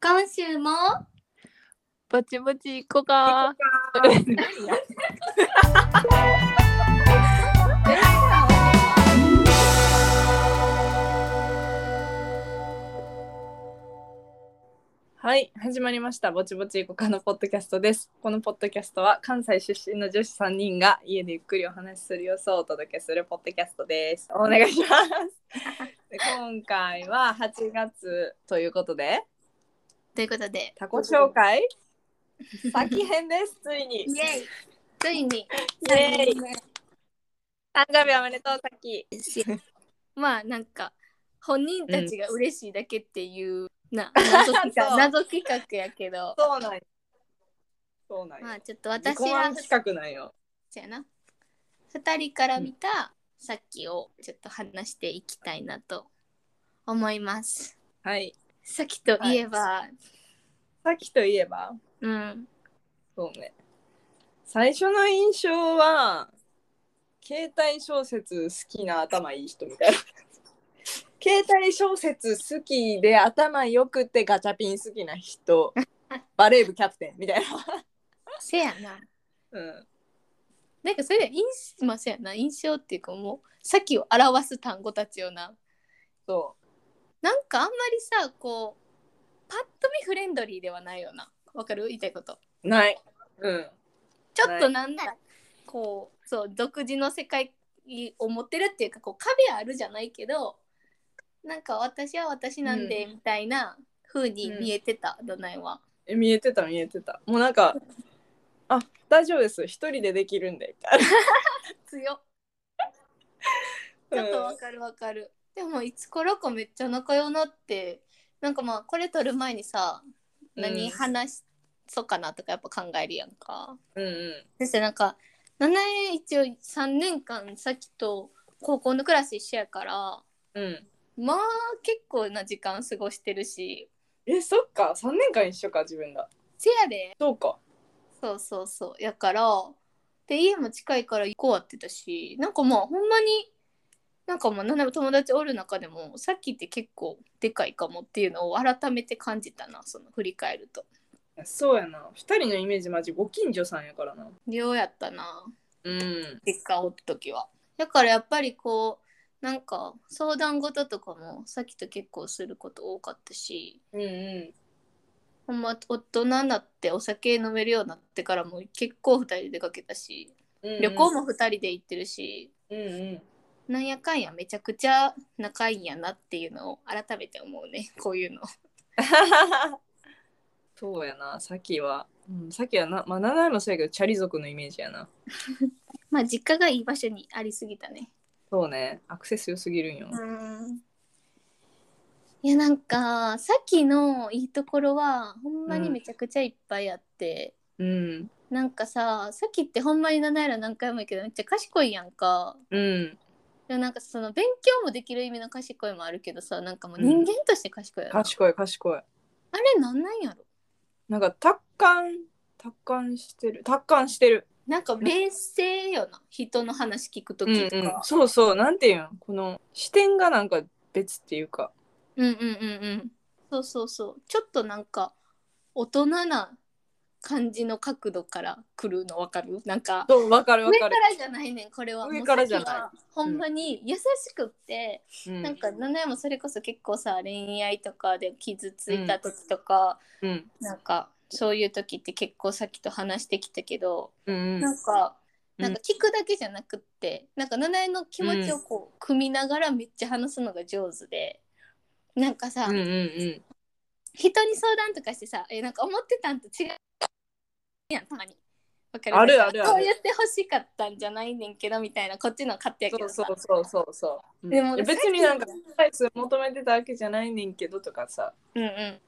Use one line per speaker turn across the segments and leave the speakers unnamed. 今週も
ぼちぼち行こうか。
はい始まりましたぼちぼちいこかのポッドキャストですこのポッドキャストは関西出身の女子3人が家でゆっくりお話しする様子をお届けするポッドキャストですお願いします で今回は8月ということで
ということで、
他己紹介先編ですつい に
イェイついに
イエイ誕生日おめでとうさき
しまあなんか本人たちが嬉しいだけっていう、な謎企
そ
画
う
謎企画やけど、
そうなんよそうなんよ、
まあちょっと私
自己
は
満企画なんよ
そうやな2人から見たさっきをちょっと話していきたいなと思います。
はい
さっきといえば、
さきといえば
うん
そうね。最初の印象は、携帯小説好きな頭いい人みたいな。携帯小説好きで頭良くてガチャピン好きな人、バレー部キャプテンみたい
せやな。
な。うん。
なんかそれで印,、まあ、せやな印象っていうかもうさっきを表す単語たちよな。
そ
なんかあんまりさこうパッと見フレンドリーではないよなわかる言いたいこと
う。ない。うん。
ちょっとなんだこうそう独自の世界を持ってるっていうかこう壁あるじゃないけどなんか私は私なんで
う
みたいな風に見えてた、どないは
え見えてた見えてた。もうなんか、あ大丈夫です。一人でできるんで。みたい
強っち
な
ょっとわかるわかる、でもいつからかめっちゃ仲良なってなんかまあこれ撮る前にさ何
うん
話そうかなとかやっぱ考えるやんか、
うんうん。
先生なんか7年一応3年間さっきと高校のクラス一緒やから
うん。
まあ結構な時間過ごしてるし
え、そっか。3年間一緒か、自分が。
せやで
そうか。
そうそうそうやからで家も近いから行こうやってたしなんかまあほんまになんかまあ七友達おる中でもさっきって結構でかいかもっていうのを改めて感じたなその振り返ると
そうやな。二人のイメージマジご近所さんやからな。
ようやったな
うん。
実家おった時はだからやっぱりこうなんか相談事とかもさっきと結構すること多かったし
うんうん。
ほんま大人になってお酒飲めるようになってからも結構2人で出かけたし旅行も2人で行ってるし、
うんうん。
なんやかんやめちゃくちゃ仲いいんやなっていうのを改めて思うねこういうの
そうやな、さっきは。うん、さっきはな、まあ、七重もそうやけど、チャリ族のイメージやな。
まあ実家がいい場所にありすぎたね
そうね、アクセス良すぎるんよ。
うんいやなんかさっきのいいところはほんまにめちゃくちゃいっぱいあって、
うん。
なんかささっきってほんまに七色何回も言うけどめっちゃ賢いやんか
うん。
でもなんかその勉強もできる意味の賢いもあるけどさなんかもう人間として賢いよな、
賢い、賢い。
あれなんなんやろ
なんか、達観、達観してる。達観してる。
なんか冷静よな人の話聞く
う
と
んう
きと
ん
か、、
そうそう、なんていうん、この視点がなんか別っていうか。
うん、うんうんうんそうそうそうちょっとなんか大人な感じの角度から来るのわかるなんか
そう、わかるわ
上か
かる。
らじゃないねんこれは
上からじゃな
も
い
うさっきはほんまに優しくって、
うん
なんか七重もそれこそ結構さ恋愛とかで傷ついた時とか、
うん。
なんかそういう時って結構さっきと話してきたけど、
うんう。
なんんか
うん
なんか聞くだけじゃなくって、なんか七重の気持ちをこう組みながらめっちゃ話すのが上手でなんかさ、
うんうんうん。
人に相談とかしてさえなんか思ってたんと違うやんたまに。わか
あるあるある
こう言ってほしかったんじゃないねんけどみたいなこっちの勝手やけ
そ
ど
う
さ
そうそうそうそう。
でも
いや別になんかサイズ求めてたわけじゃないねんけどとかさ。
うんうん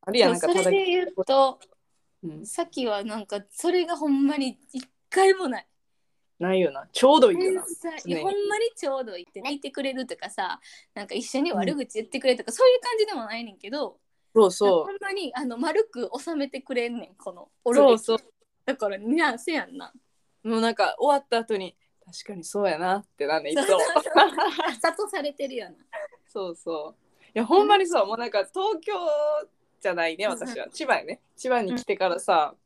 あるやんなん
そ
か
う
た
そ
だ
れで言うと
うん
さっきはなんかそれがほんまに一回もない。
ないよな。ちょうどいいよ
天
な。
才
常に
いやほんまにちょうどいいって泣いてくれるとかさなんか一緒に悪口言ってくれとか、そういう感じでもないねんけど
そうそ
ほんまにあの丸く収めてくれんねんこの
う。
俺
そうそ
だからにゃせやんな
う。もうなんか終わった後に確かにそうやなってなんでいつも。
諭されてるよな
そうそう。いやほんまにそう。もうなんか東京じゃないね
うん
私は千葉やね千葉に来てからさ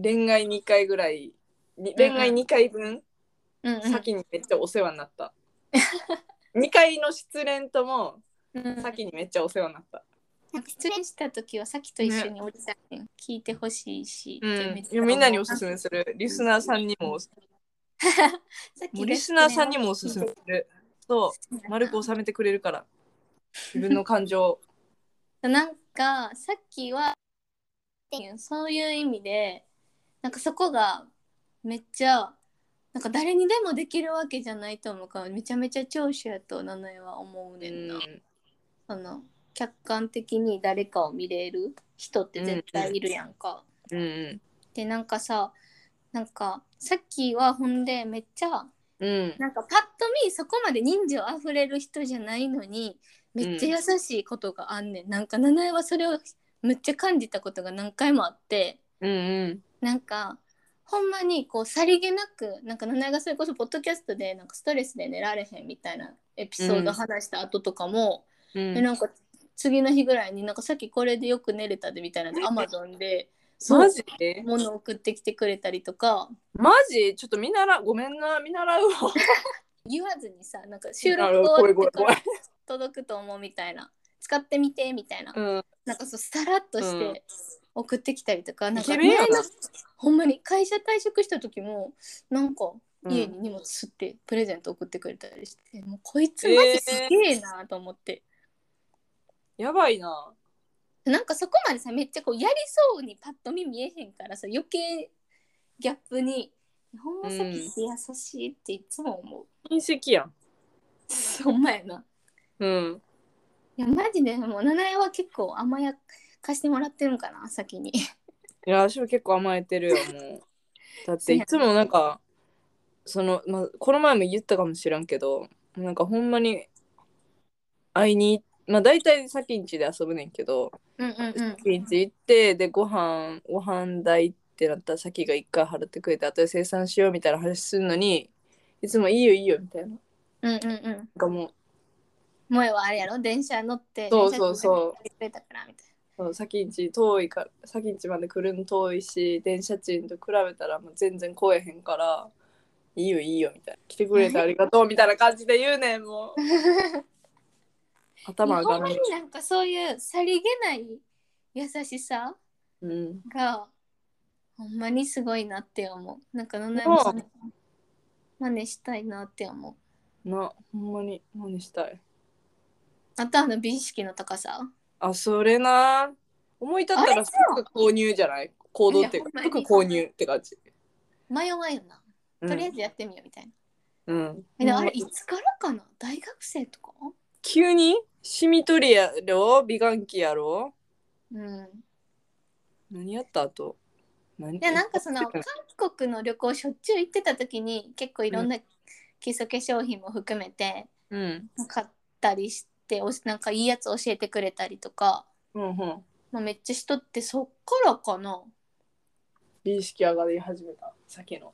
恋愛2回ぐらいに恋愛2回分
うんうん
先にめっちゃお世話にな った2回の失恋とも
うん
先にめっちゃお世話になった
なんか出演した時はさっきと一緒におじさんに聞いてほしいし、
うんいやみんなにおすすめするリスナーさんにも
さっき
も
が
うリスナーさんにもおすすめするそう丸く収めてくれるから自分の感情
なんかさっきはそういう意味でなんかそこがめっちゃなんか誰にでもできるわけじゃないと思うからめちゃめちゃ長所やとナナエは思うねんな、その客観的に誰かを見れる人って絶対いるやんか、
うんうん
でなんかさなんかさっきはほんでめっちゃ
うん
なんかパッと見そこまで人情あふれる人じゃないのにめっちゃ優しいことがあんねん、なんか七重はそれをめっちゃ感じたことが何回もあって
うんうん
なんかほんまにこうさりげなくなんか七重がそれこそポッドキャストでなんかストレスで寝られへんみたいなエピソード話した後とかも、
うん
でなんか次の日ぐらいになんかさっきこれでよく寝れたでみたいなんでアマゾンで
マジで
物を送ってきてくれたりとか
マジちょっと見習うごめんな見習うわ
言わずにさなんか収録
なる
終
ほど
わってか
ごめん
ら届くと思うみたいな使ってみてみたいな、
うん
なんかそうさらっとし
うん
て送ってきたりとか、なん
い
か
けるやん
のほんまに会社退職した時もなんか
うん
家に荷物吸ってプレゼント送ってくれたりして、もうこいつマジすげえなと思って、
やばいな
なんかそこまでさめっちゃこうやりそうにパッと見見えへんからさ余計ギャップに「ほんまさっきって優しい」っていつも思う、
隕石やん
ほんまやな
うん
いやマジでもう七重は結構甘やかしてもらってるんかな先に
いや私も結構甘えてるよも うだっていつもなんかその、まあ、この前も言ったかもしらんけどなんかほんまに会いにまあ大体先んちで遊ぶねんけど、
うんうんうん
ピンチ行ってでご飯ご飯代ってなったら先が一回払ってくれて後で生産しようみたいな話するのにいつも「いいよいいよ」みたいななん
うんうんうん
かもう
萌えはあれやろ電車乗って
そうそう
電車
そう
に乗ってくれたからみたい
そう先んち遠いから先んちまで来るの遠いし電車賃と比べたらもう全然来えへんから「いいよいいよ」みたいな「来てくれてありがとう」みたいな感じで言うねん もう
な
頭
ほ
上
ん
が
ま
る
に、なんかそういうさりげない優しさ
うん、
がほんまにすごいなって思うなんか七重もそれ真似したいなって思う
なほんまに何したい
あとあの美意識の高さ
あそれな思い立ったらすぐ購入じゃない行動っていうか
いや
す
ほん
ぐ
まに
購入って感じ、
迷わんよな
うん
とりあえずやってみようみたいな、
うん、
えでもあれいつからかな大学生とか
急にシミ取りやろ美顔器やろ
うん
何やった後何
いやなんかその韓国の旅行しょっちゅう行ってた時に結構いろんな基礎化粧品も含めて
うん
買ったりしておしなんかいいやつ教えてくれたりとか、
うんうん
まあ、めっちゃしとってそっからかな、
美意識上がり始めた酒の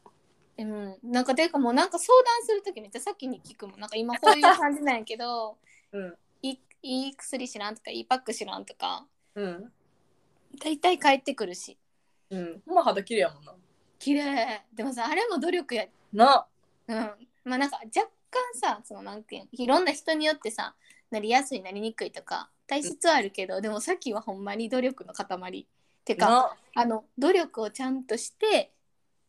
うん、なんかていうかもうなんか相談する時めっちゃ先に聞くもんなんか今こういう感じなんやけど
うん
いいいい薬知らんとかいいパック知らんとか
うん
大体帰ってくるし
うんほんま肌綺麗やもんな
綺麗でもさあれも努力や
な
うん、まあなんか若干さそのなんていうのいろんな人によってさなりやすいなりにくいとか体質はあるけど、でもさっきはほんまに努力の塊てか
な
あの努力をちゃんとして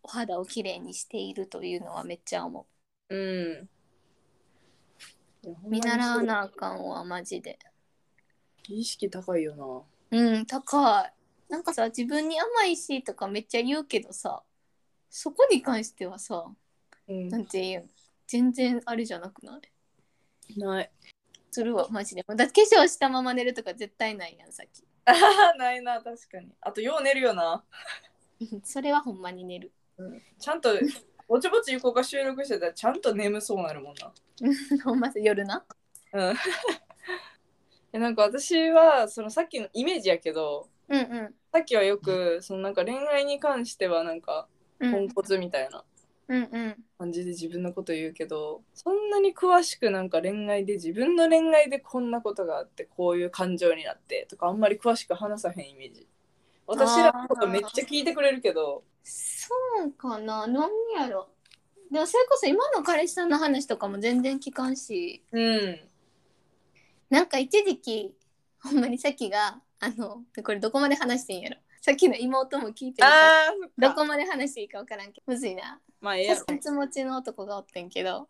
お肌をきれいにしているというのはめっちゃ思
うん
う見習わなあかんわマジで
美意識高いよな
うん高いなんかさ自分に甘いしとかめっちゃ言うけどさそこに関してはさ
うん
なんていうの全然あれじゃなくない
ない
するわマジでだって化粧したまま寝るとか絶対ないやんさっき
ないな確かにあとよう寝るよな
それはほんまに寝る。
ちゃ んとぼちぼちゆこが収録してたらちゃんと眠そうなるもんな
ほんま夜な。
うんえなんか私はそのさっきのイメージやけど
うんうん。
さっきはよくそのなんか恋愛に関してはなんか
う
ポン
ん
コツみたいな
うんうん
感じで自分のこと言うけどそんなに詳しくなんか恋愛で自分の恋愛でこんなことがあってこういう感情になってとかあんまり詳しく話さへんイメージ私らのことめっちゃ聞いてくれるけど
そうかな何やろでもそれこそ今の彼氏さんの話とかも全然聞かんし
うん
なんか一時期ほんまにさきがあのこれどこまで話していいんやろさっきの妹も聞いてるから
あーそ
ど
っか
こまで話していいか分からんけどむずいな
まあええやろ
私の気持ちの男がおってんけど、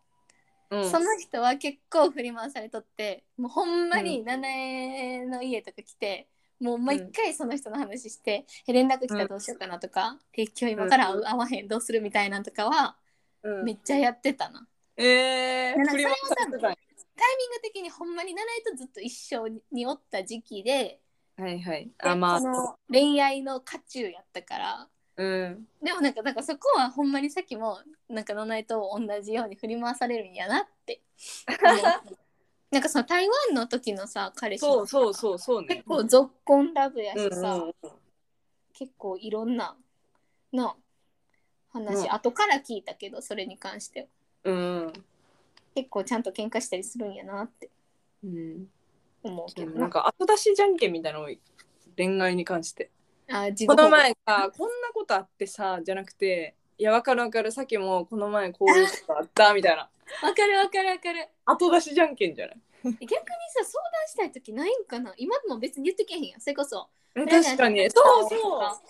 うん
その人は結構振り回されとってもうほんまに七重の家とか来て、もう毎回その人の話して、え連絡来たらどうしようかなとか、え今日今から会う会わへんどうするみたいなんとかは
うん
めっちゃやってたな、
え
なん
ー
か
振り回されてたんや
タイミング的にほんまに七重とずっと一緒におった時期で
はいはい
で
あまあ
その恋愛の渦中やったから
うん
でもなんかなんかそこはほんまにさっきもなんか七重と同じように振り回されるんやなって思 うなんかその台湾の時のさ彼氏
そうそう
う
そうそうね
結構ぞっこんラブや
うん
し
う
さ、
ん
結構いろんなの話、
うん
後から聞いたけどそれに関しては
うん
結構ちゃんと喧嘩したりするんやなって
うん
思うけど
なんか後出しじゃんけんみたいなの多い恋愛に関して
あ自己
こ
報告
の前さこんなことあってさじゃなくていやわかるわかるさっきもこの前こういうことあったみたいな
わかるわかるわかる
後出しじゃんけんじゃない
逆にさ相談したい時ないんかな今でも別に言ってけへんやんそれこそ
え確かにそうそ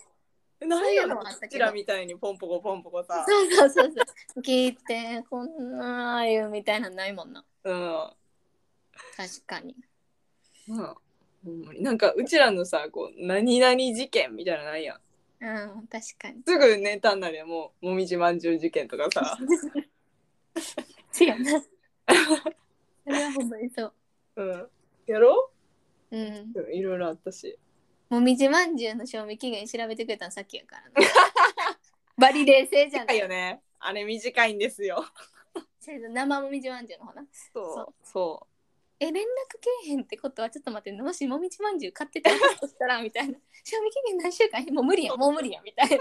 うない
そういう
よね
のもあったけど
うちらみたいにポンポコポンポコさ
そうそうそうそう聞いてこんなあいうみたいなのないもんな
うん
確かに
うんほんまになんかうちらのさこう何々事件みたいなのないやん
うん確かに
すぐネタになるやんもうもみじまんじゅう事件とか さ
そうやなそれはほんまにそう
うんやろ
うん
ういろいろあったし
もみじまんじゅうの賞味期限調べてくれたのさっきやから なバリ冷静じゃな
短
い
いよねあれ短いんですよ
せやな生もみじまんじゅうの方な
そうそう
え連絡けえへんってことはちょっと待ってもしもみじまんじゅう買ってたとしたらみたいな賞味期限何週間もう無理やもう無理やみた いな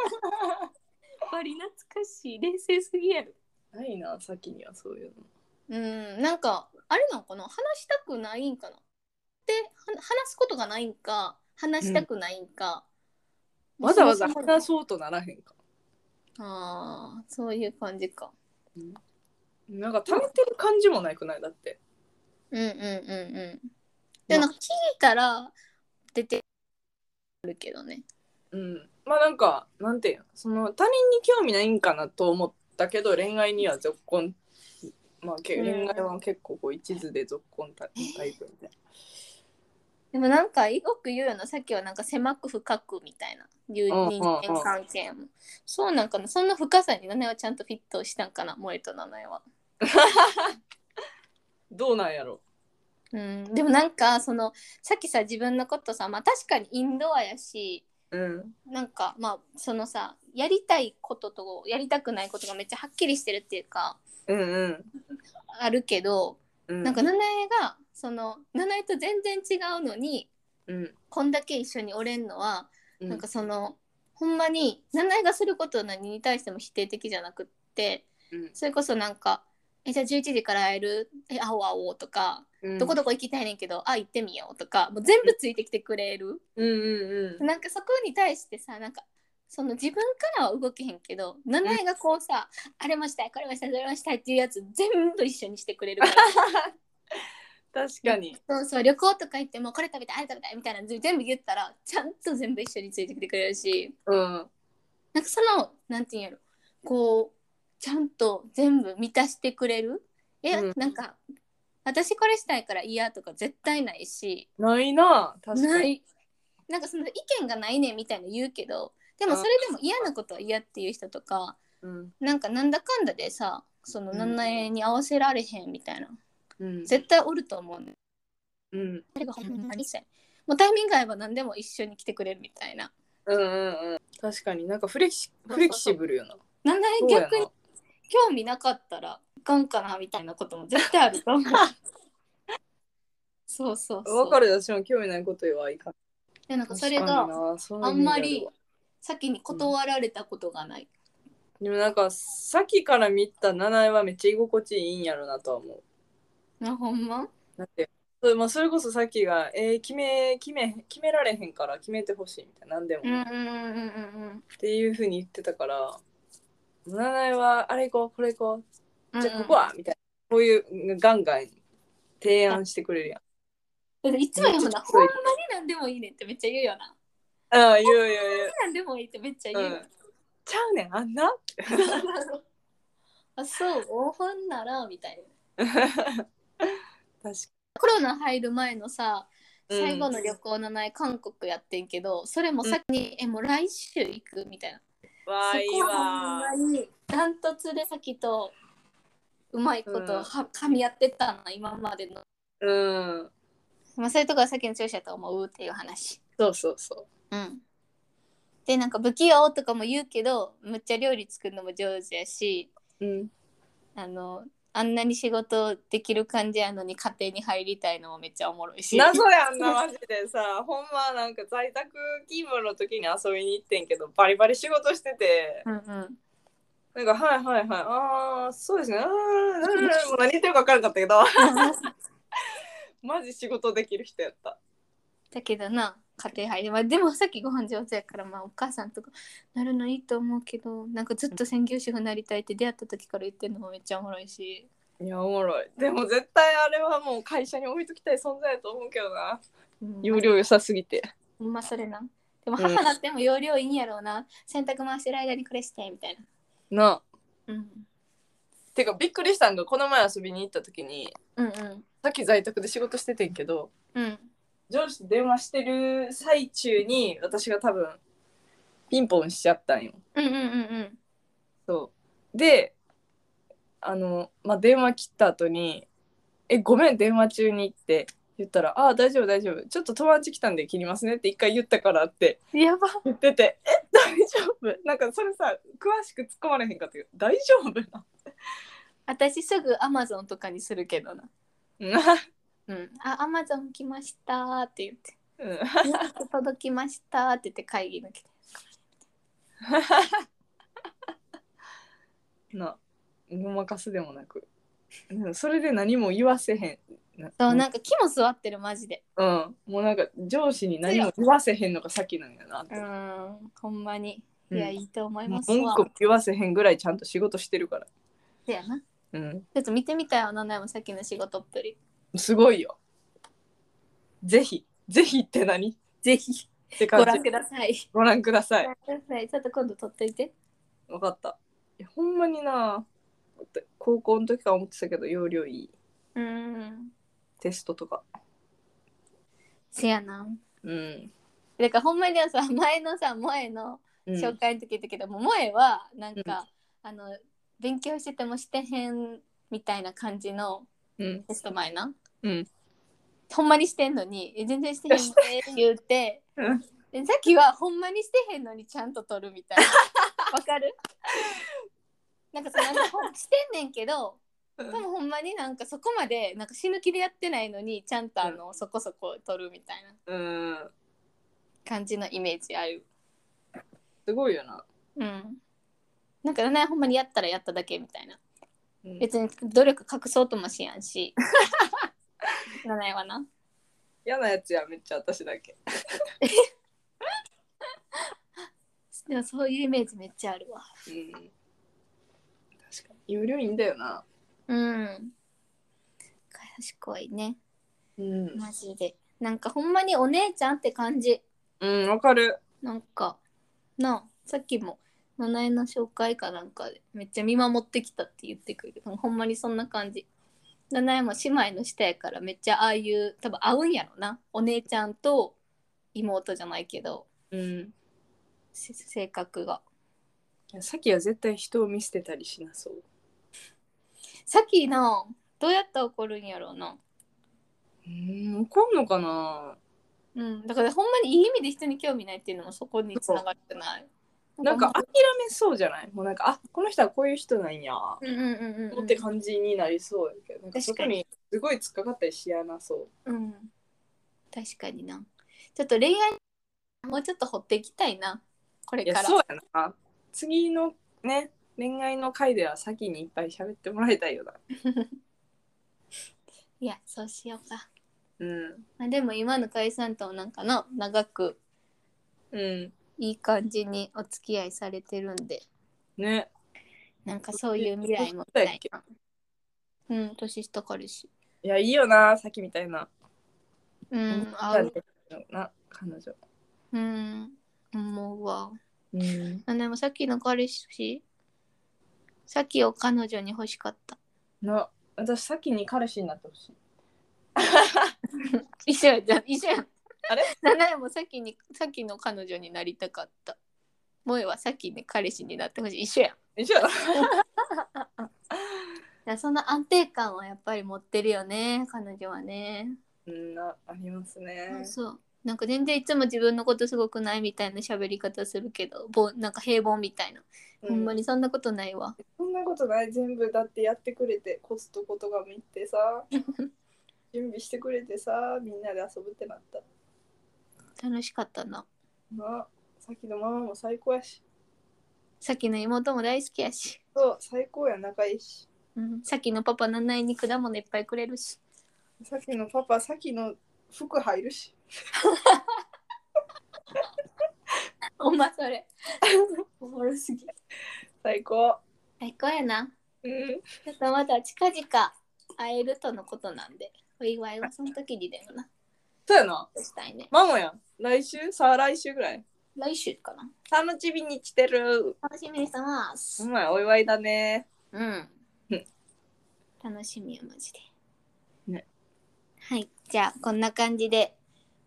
バリ懐かしい冷静すぎやろ
ないな、先にはそういうの。
うんなんかあれなんかな話したくないんかなでは話すことがないんか話したくないんか、
わざわ
そ
ざ
もそも
話そうとならへんか。
あーそういう感じか
なんか溜めてる感じもないくないだって。
うんうんうんうんでもなんか聞いたら出てくるけどね
うん。まあなんか、なんていうのその他人に興味ないんかなと思ったけど、恋愛には続婚。まあ、け
うん
恋愛は結構こう一途で続婚タタイプみたい
でもなんかよく言うよなさっきはなんか狭く深くみたいないう
うんうんうん
人間関係もそうなんかなそんな深さに名前はちゃんとフィットしたんかな萌えと名前は
な。どうなんやろ
うん、でもなんかそのさっきさ自分のことさ、まあ、確かにインドアやし
うん。
なんかまあそのさやりたいこととやりたくないことがめっちゃはっきりしてるっていうか
うんうん
あるけど、
うん。
なんか、七重がその七重と全然違うのに
うん。
こんだけ一緒におれんのは、
な
なんか、そのほんまに七重がすること何に対しても否定的じゃなくって
うん
それこそなんか「えじゃあ11時から会えるえ会おう会おう」とか
うん、
どこどこ行きたいねんけど、あ行ってみようとかもう全部ついてきてくれる、
うんうんうん。
なんかそこに対してさなんかその自分からは動けへんけど名前がこうさ、あれもしたいこれもしたいそれもしたいっていうやつ全部一緒にしてくれるから
確かに。
そうそう旅行とか行ってもこれ食べたいあれ食べたいみたいなの全部言ったらちゃんと全部一緒についてきてくれるし
うん。
なんかそのなんていうんやろこうちゃんと全部満たしてくれるえ、
うん
なんか私これしたいから嫌とか絶対ないし
ないな。確か
な
に。
いなんかその意見がないねみたいな言うけどでもそれでも嫌なことは嫌っていう人とか
うん。
なんかなんだかんだでさその
うん
七重に合わせられへんみたいな、
うん。
絶対おると思うね
うん。
それがほんまにさもうタイミング合えば何でも一緒に来てくれるみたいな
うんうんうん。確かになんかフレキシフレキシブルよな。
七重
そうやな
逆に興味なかったらいかんかなみたいなことも絶対あると思う そうそうそう
わかる私も興味ないことはいかん
でなんかそれ
確か
が
になそういう
あん
意味で
ま
ある
り
わ
先に断られたことがない、
でもなんかさっきから見た七重はめっちゃ居心地いいんやろなとは思う。
あほんま
だってそれ,、まあ、それこそさっきが、えー決め決め決められへんから決めてほしいみたいな何でも、
うんう
っ
んうんうんうん
ていうふうに言ってたから七重はあれ行こうこれ行こ
うん
うじゃあここは、みたいなこういうガンガン提案してくれるやん。
だっていつも言うもんな
めっちゃ
ほんまになんでもいいねってめっちゃ言うよな
ああ言う言う言う。
なんでもいいってめっちゃ言うよな、
ちゃうねんあんな
あそうおほんならみたいな
確か
コロナ入る前のさ
うん
最後の旅行のない韓国やってんけど、それも先に、えもう来週行くみたいな
わあいい
そこは
わ
ほんまにダントツで先とうまいこと
うん
は、噛み合ってたな今までの、
うん
まあ、そういうとこは先の強しやと思うっていう話
そうそうそ
うんでなんか不器用とかも言うけどむっちゃ料理作るのも上手やし
ううん
あのあんなに仕事できる感じやのに家庭に入りたいのもめっちゃおもろいし
謎や んなマジでさほんまなんか在宅勤務の時に遊びに行ってんけどバリバリ仕事してて
うんうん
なんかはいはいはいああそうですねあーうんうんうんもう何言ってるか分からんかったけど マジ仕事できる人やった
だけどな家庭入りまあでもさっきご飯上手やからまあお母さんとかなるのいいと思うけどなんかずっと専業主婦になりたいって出会った時から言ってるのもめっちゃおもろいし
いやおもろいでも絶対あれはもう会社に置いときたい存在やと思うけどな
うん
容量良さすぎて
ほんまそれなでも母だっても要領いいんやろうな、洗濯回してる間にこれしてみたいな
な
うん
てかびっくりしたんがこの前遊びに行った時に
うんうん
さっき在宅で仕事しててんけど
うん
上司と電話してる最中に私が多分ピンポンしちゃったんよ
うんうんうん
そうであの、まあ、電話切った後に「えごめん電話中に」って言ったら「ああ大丈夫大丈夫ちょっと友達来たんで切りますね」って一回言ったからって
うんやば
言ってて「え大丈夫?」なんかそれさ詳しく突っ込まれへんかったけど「大丈夫な?
私すぐアマゾンとかにするけどな
うん」う
うんあアマゾン来ましたーって言 って
ん
届きましたーって言って会議の来て
なごまかすでもなくうんそれで何も言わせへんな
そうなんか木も座ってるマジで
うん、もうなんか上司に何も言わせへんのが先なんやなって
う、ーんほんまに。い
うん
や、いいと思い
も
ま
う
すわ。
文句言わせへんぐらいちゃんと仕事してるから、
せやな。ち
うん、
ょっと見てみたいわ、ななもさっきの仕事っぷり。
すごいよぜひぜひって何
ぜひ
って感
ご
じ
覧ください。
ご覧ください
ご覧ください。ちょっと今度撮っといて。
分かったいやほんまにな高校の時から思ってたけど要領いいう
ーん。
テストとか
せやな。
うん、
だからほんまにでもさ、前のさ、萌えの
うん、
紹介の時言ったけど、もう萌えは、なんか、あの、勉強しててもしてへんみたいな感じの
うん
テスト前な。
うん
ほんまにしてんのに、え全然してへんねっ て言うて、
うん
でさっきはほんまにしてへんのにちゃんと取るみた いな。わかるなんかそのなんかほんしてんねんけど、
う
で
ん
もほんまになんかそこまでなんか死ぬ気でやってないのに、ちゃんとあの、そこそこ取るみたいな
うん、
感じのイメージある。
すごいよな、
うん。なんかね、ほんまにやったらやっただけみたいな。
うん、
別に努力隠そうともしやん し。なないわな。
嫌なやつやめっちゃ私だけ
でもそういうイメージめっちゃあるわ。
うん確かに要領いいんだよな
うん。賢いね。
うん
マジで。なんかほんまにお姉ちゃんって感じ。
うん、わかる。
なんか、なあ、さっきも、七重の紹介かなんかで、めっちゃ見守ってきたって言ってくるけど、ほんまにそんな感じ。七重も姉妹の下やから、めっちゃああいう、多分合うんやろな。お姉ちゃんと妹じゃないけど、
うん。
し性格が。
さきは絶対人を見捨てたりしなそう。
さっきな、どうやったら怒るんやろうな。
うん、怒んのかな
うん、だからほんまにいい意味で人に興味ないっていうのもそこにつながってない。
なんか諦めそうじゃないもうなんか、あこの人はこういう人なんや。
うんうんうんうんうん
って感じになりそうやけど、なんかそこ
確か
にすごい突っかかったりしやなそ
うん、確かになちょっと恋愛もうちょっと掘っていきたいなこれ
う。いや、
から
そうやな。次のね、恋愛の回では先にいっぱい喋ってもらいたいよな。
いやそうしようか、
うん。
まあ、でも今の解散となんかな長く
うん。
いい感じにお付き合いされてるんで
ね。
なんかそういう未来も見たいなうん年下彼氏
いや、いいよな、さっきみたいな。
うん合
会
う
うな、彼女。
うん思うわ
うん。
あでもさっきの彼氏さっきを彼女に欲しかった
な、私、さっきに彼氏になってほしい。
一緒やじゃん一緒やん
あれ
七重も先に先の彼女になりたかった萌えは先に彼氏になってほしい一緒やんい
一緒だ。
やその安定感はやっぱり持ってるよね彼女はね、
うん、な、ありますね。
そうなんか全然いつも自分のことすごくないみたいな喋り方するけどぼなんか平凡みたいな、ほんまにそんなことないわ
そんなことない全部だってやってくれてコツとことが見ってさ 準備してくれてさみんなで遊ぶってなった
楽しかったな
なさっきのママも最高やし
さっきの妹も大好きやし、
そう最高や仲いいし
うん、さっきのパパ七重に果物いっぱいくれるし
さっきのパパさっきの服入るし
お前それ おもろすぎ
最高
最高やな
うん
ちょっとまた近々会えるとのことなんで、お祝いはその時にでもな、
そうやな
したいね。
ママやん来週さあ来週ぐらい
来週かな。
楽しみに来てる
楽しみにしてま
う
す。
まいお祝いだね
うん
うん。
楽しみよ、マジで。
ね。
はい、じゃあこんな感じで、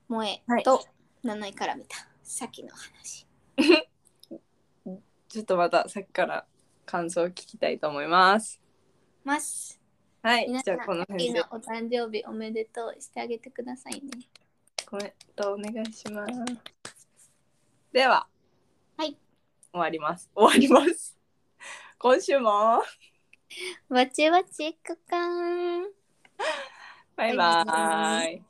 萌え
はい
と七井から見た、さっきの話。
ちょっとまたさっきから感想を聞きたいと思います
ます。
はい
皆
じ
さ
ゃ
ん、
あこの辺で
さっきのお誕生日おめでとうしてあげてくださいね。
コメントお願いします。では、
はい、
終わります。終わります。 今週も
わちわちいくかーん。
バイ
バ
バ
イバ
イ。